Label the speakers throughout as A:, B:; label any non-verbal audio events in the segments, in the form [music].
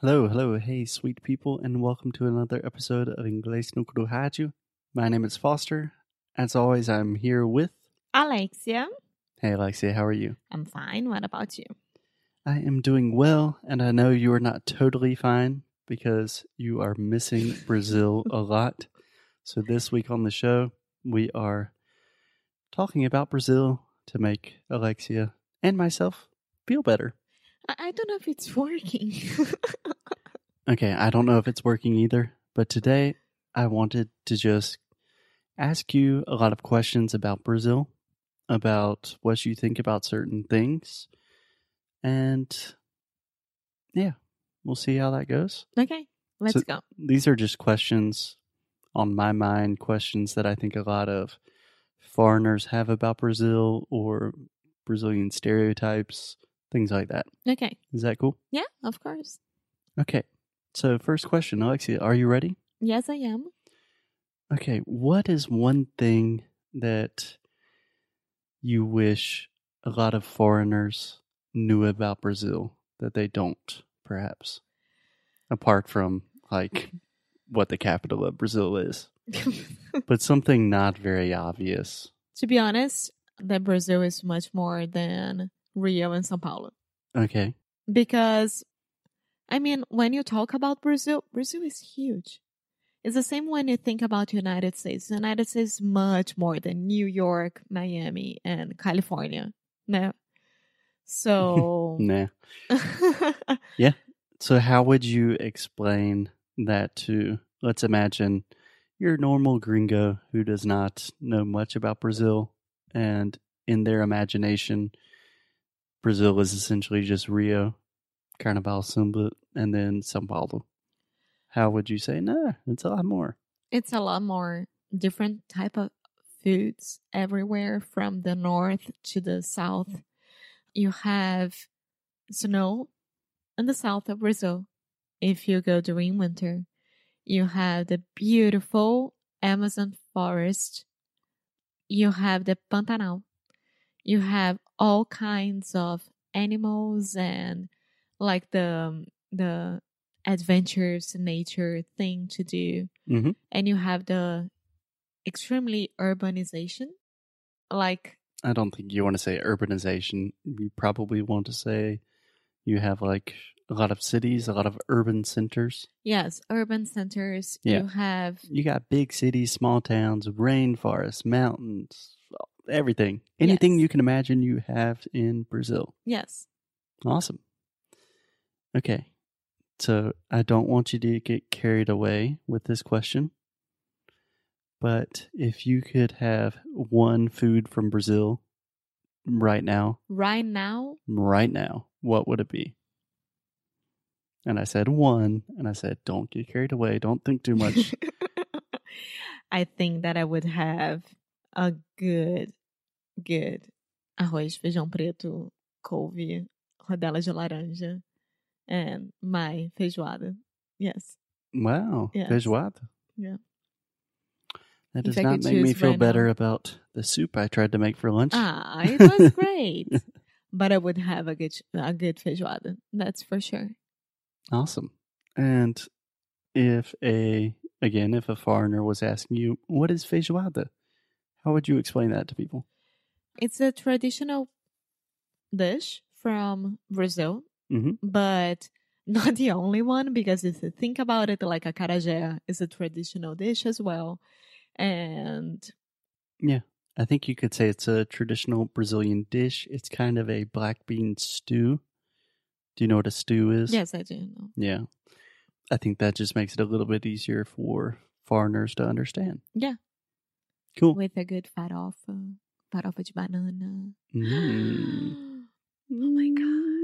A: Hello, hello, hey, sweet people, and welcome to another episode of Inglés no Crujaju. My name is Foster. As always, I'm here with.
B: Alexia,
A: Hey, Alexia, how are you?
B: I'm fine. What about you?
A: I am doing well, and I know you are not totally fine because you are missing Brazil a lot. So, this week on the show, we are talking about Brazil to make Alexia and myself feel better.
B: I, I don't know if it's working. [laughs]
A: Okay, I don't know if it's working either, but today I wanted to just ask you a lot of questions about Brazil, about what you think about certain things, and yeah, we'll see how that goes.
B: okay, let's
A: So-
B: go.
A: These are just questions on my mind, questions that I think a lot of foreigners have about Brazil or Brazilian stereotypes, things like that.
B: Okay.
A: Is that cool?
B: Yeah, of course.
A: Okay. So, first question, Alexia, are you ready?
B: Yes, I [laughs] am.
A: Okay, what is one thing that you wish a lot of foreigners knew about Brazil that they don't, perhaps? Apart from like what the capital of Brazil is,
B: to
A: but something not very obvious.
B: be honest, that Brazil is much more than Rio and Sao Paulo.
A: Okay.
B: Because, I mean, when you talk about Brazil, Brazil is huge. It's the same when you think about United States. The United States is much more than New York, Miami, and California. No. So.
A: Nah.
B: [laughs]
A: So, how would you explain that to, let's imagine, your normal gringo who does not know much about Brazil, and in their imagination, Brazil is essentially just Rio, Carnaval, Samba, and then Sao Paulo? How would you say, no, it's a lot more?
B: it's a lot more different type of foods everywhere from the north to the south you have snow in the south of brazil if you go during winter you have the beautiful amazon forest you have the pantanal you have all kinds of animals and like the the adventures nature thing to do
A: Mhm.
B: and you have the extremely urbanization like
A: I don't think you want to say urbanization. You probably want to say you have like a lot of cities, a lot of urban centers.
B: yes urban centers
A: Yeah.
B: you have
A: You got big cities, small towns, rainforests, mountains, everything.
B: Yes.
A: Anything you can imagine you have in Brazil.
B: yes
A: Awesome. Okay. So I don't want you to get carried away with this question. But if you could have one food from Brazil right now,
B: right now
A: right now, what would it be? And I said one, and I said, don't get carried away. Don't think too
B: [laughs]
A: much.
B: i think that i would have a good good arroz feijão preto couve rodela de laranja and my feijoada
A: [laughs]
B: yes
A: Wow.
B: Yes.
A: Feijoada.
B: Yeah.
A: That
B: If
A: does
B: I
A: not
B: could
A: make me
B: choose
A: feel
B: right now.
A: better about the soup I tried to make for lunch.
B: ah it was great but i would have a good a good feijoada that's for sure
A: Awesome. And if a, again, if a foreigner was asking you, what is feijoada? How would you explain that to people?
B: It's a traditional dish from Brazil,
A: Mhm.
B: but [laughs] not the only one because if you think about it, like a acarajé is a traditional dish as well, and
A: I think you could say it's a traditional Brazilian dish. It's kind of a black bean stew. Do you know what a stew is?
B: yes, I do know.
A: Yeah. I think that just makes it a little bit easier for foreigners to understand.
B: Yeah.
A: Cool.
B: With a good farofa, farofa de banana.
A: [laughs] Mm.
B: [gasps] Oh my
A: god.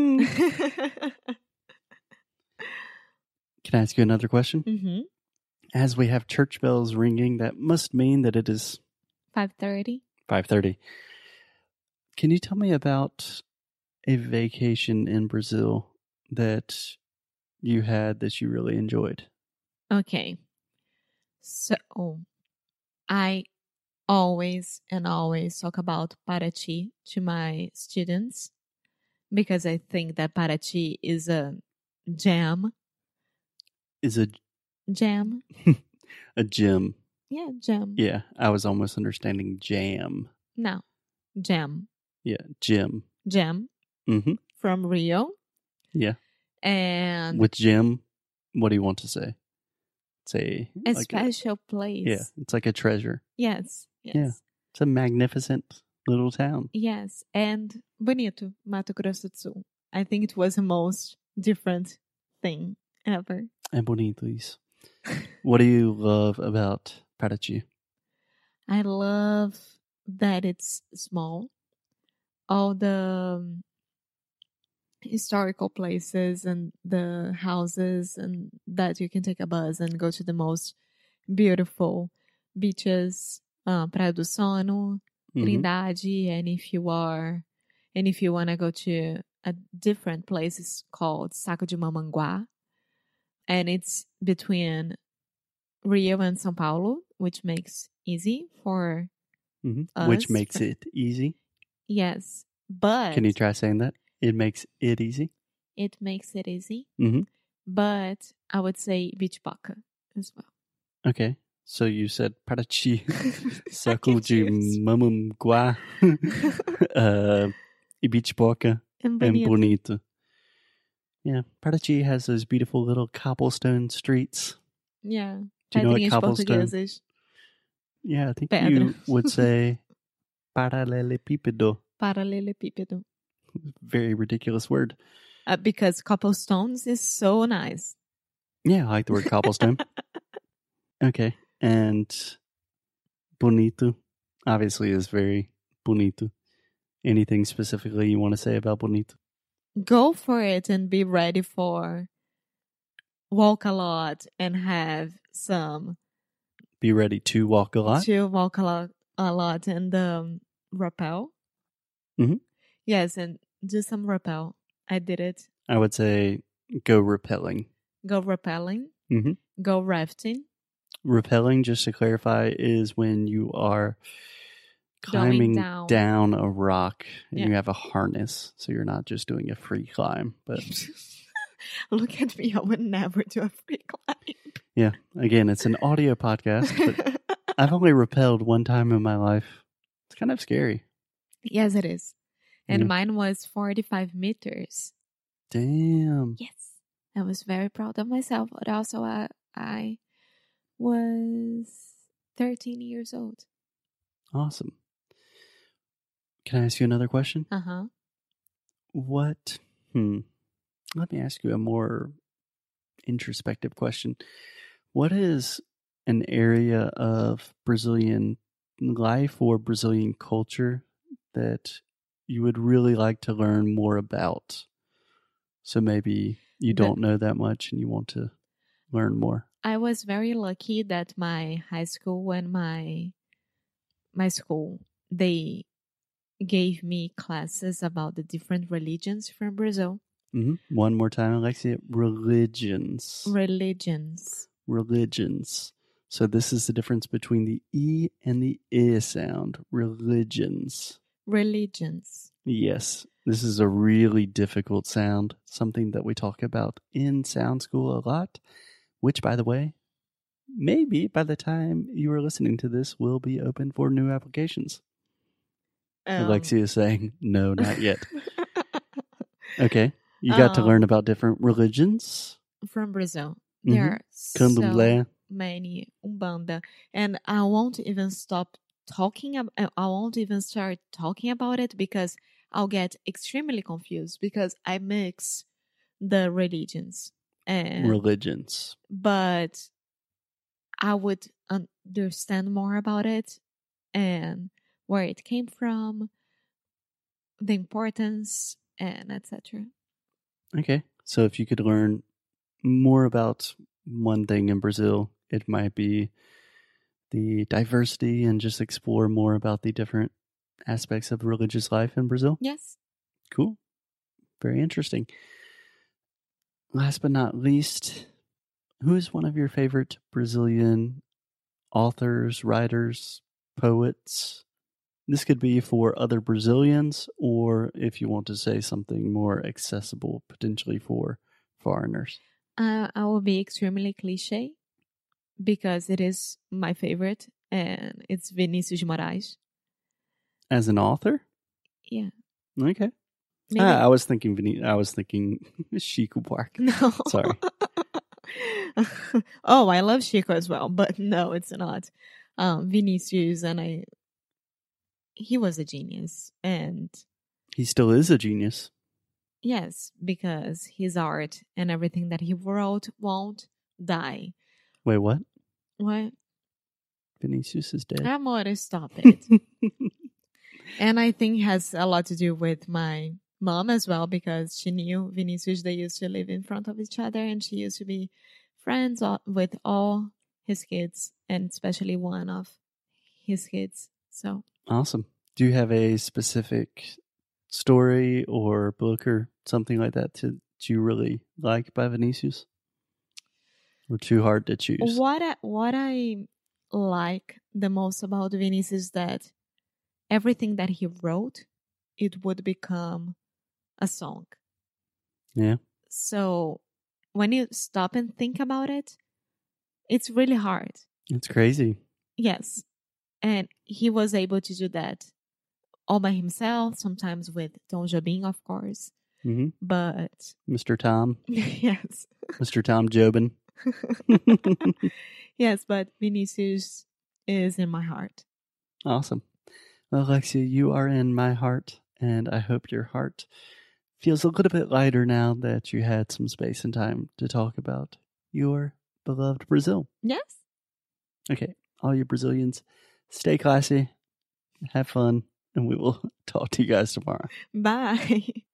A: Mm. Can I ask you another question?
B: [laughs] mm-hmm.
A: As we have church bells ringing, that must mean that it is
B: Five thirty.
A: 5:30. Can you tell me about a vacation in Brazil that you had that you really enjoyed?
B: Okay. So I always and always talk about Paraty to my students because I think that Paraty is a jam,
A: Is a
B: jam.
A: a gym?
B: Yeah, jam.
A: Yeah, I was almost understanding jam.
B: No, jam,
A: Yeah, gym.
B: jam
A: hmm
B: from Rio.
A: Yeah.
B: and
A: With gym, what do you want to say? Say
B: a
A: like
B: special place.
A: yeah, it's like a treasure.
B: Yes. Yes.
A: Yeah. It's a magnificent little town.
B: Yes, and Bonito, Mato Grosso do Sul. I think it was the most different thing ever.
A: And
B: [laughs]
A: Bonitos. what do you love about Paraty?
B: I love that it's small. All the um, historical places and the houses, and that you can take a bus and go to the most beautiful beaches, uh, Praia do Sono,
A: Mhm.
B: Trindade, and if you are, and if you want to go to a different place, it's called Saco de Mamanguá, and it's between Rio and São Paulo, which makes easy for
A: Mhm. Which
B: us
A: makes
B: for-
A: it easy.
B: yes, but
A: Can you try saying that? It makes it easy.
B: it makes it easy.
A: Mhm.
B: But I would say beach Paca as well.
A: [laughs] Okay. So you said Paraty,
B: [laughs]
A: [laughs]
B: I
A: Sakuji,
B: confused.
A: Mamamgua, [laughs] uh, Ibichipoca,
B: and
A: and
B: Bonito.
A: Bonito. Yeah, Paraty has those beautiful little cobblestone streets.
B: Yeah,
A: Do you know
B: em
A: what cobblestone?
B: português is
A: Yeah, I think
B: Pedra.
A: you
B: [laughs]
A: would say paralelepípedo.
B: paralelepípedo.
A: Very ridiculous word.
B: uh, because cobblestones is so nice.
A: Yeah, I like the word cobblestone. okay, and bonito obviously is very bonito. Anything specifically you want to say about bonito?
B: Go for it and be ready for walk a lot and have some
A: Be ready to walk a lot.
B: to walk a lot, a lot and um, rappel.
A: Mhm.
B: Yes, and do some rappel. I did it.
A: I would say go rappelling.
B: Go rappelling.
A: Mhm.
B: Go rafting.
A: Rappelling, just to clarify, is when you are
B: Going
A: climbing
B: down.
A: down. a rock and
B: Yeah.
A: you have a harness, so you're not just doing a free climb. But
B: [laughs] Look at me. I would never do a free [laughs] climb.
A: again, it's an audio podcast.
B: [laughs]
A: But I've only rappelled one time in my life. It's kind of scary.
B: yes, it is. And
A: Yeah.
B: mine was 45 meters.
A: Damn.
B: Yes. I was very proud of myself, but also I, I was 13 years old.
A: Awesome. Can I ask you another question?
B: Uh huh.
A: What? Hmm. Let me ask you a more introspective question. What is an area of Brazilian life or Brazilian culture that you would really like to learn more about? So maybe you
B: The-
A: don't know that much and you want to learn more.
B: I was very lucky that my high school and my my school they gave me classes about the different religions from Brazil.
A: hmm One more time, Alexia. Religions.
B: Religions.
A: religions. So this is the difference between the E and the I sound. Religions.
B: Religions.
A: Yes, this is a really difficult sound, something that we talk about in sound school a lot, which, by the way, maybe by the time you are listening to this, will be open for new applications.
B: Um,
A: Alexia is saying, no, not
B: [laughs]
A: yet. okay, you got to
B: Um,
A: learn about different religions.
B: from Brazil.
A: Mhm.
B: There are so
A: Candomblé.
B: many umbanda and i won't even stop talking ab- uh, i won't even start talking about it because i'll get extremely confused because i mix the religions and
A: religions.
B: but i would understand more about it and where it came from the importance and etc
A: Okay. So if you could learn more about one thing in Brazil, it might be the diversity and just explore more about the different aspects of religious life in Brazil.
B: yes
A: Cool. Very interesting. Last but not least, who is one of your favorite Brazilian authors, writers, poets? This could be for other Brazilians, or if you want to say something more accessible, potentially for foreigners?
B: Uh, I will be extremely cliche because it is my favorite and it's Vinicius de Moraes.
A: As an author?
B: Yeah.
A: Okay.
B: Maybe- [laughs] Mm.
A: Ah, I was thinking Vene- I was thinking [laughs] Chico Buarque.
B: No.
A: Sorry.
B: [laughs] oh, I love Chico as well, but no, it's not. Um, Vinicius and I, he was a genius. And
A: He still is a genius.
B: yes, because his art and everything that he wrote won't die.
A: Wait, what?
B: What?
A: Vinicius is dead.
B: Amor, stop it. and I think has a lot to do with my mom as well because she knew Vinicius. They used to live in front of each other, and she used to be friends o- with all his kids, and especially one of his kids. So
A: awesome. Do you have a specific story or book or something like that to, that you really like by Vinicius? Or too hard to choose?
B: what I, what I like the most about Vinicius is that everything that he wrote, it would become a song.
A: Yeah.
B: So when you stop and think about it, it's really hard.
A: It's crazy.
B: Yes. And he was able to do that all by himself, sometimes with Tom Jobim, of course.
A: hmm
B: But [laughs]
A: Mr. Tom,
B: yes.
A: Mr. Tom Jobin. [laughs]
B: yes, but Vinicius is in my heart.
A: Awesome. Well, Alexia, you are in my heart, and I hope your heart feels a little bit lighter now that you had some space and time to talk about your beloved Brazil.
B: Yes.
A: Okay, all you Brazilians, stay [laughs] classy, have fun, and we will talk to you guys tomorrow.
B: Bye. [laughs]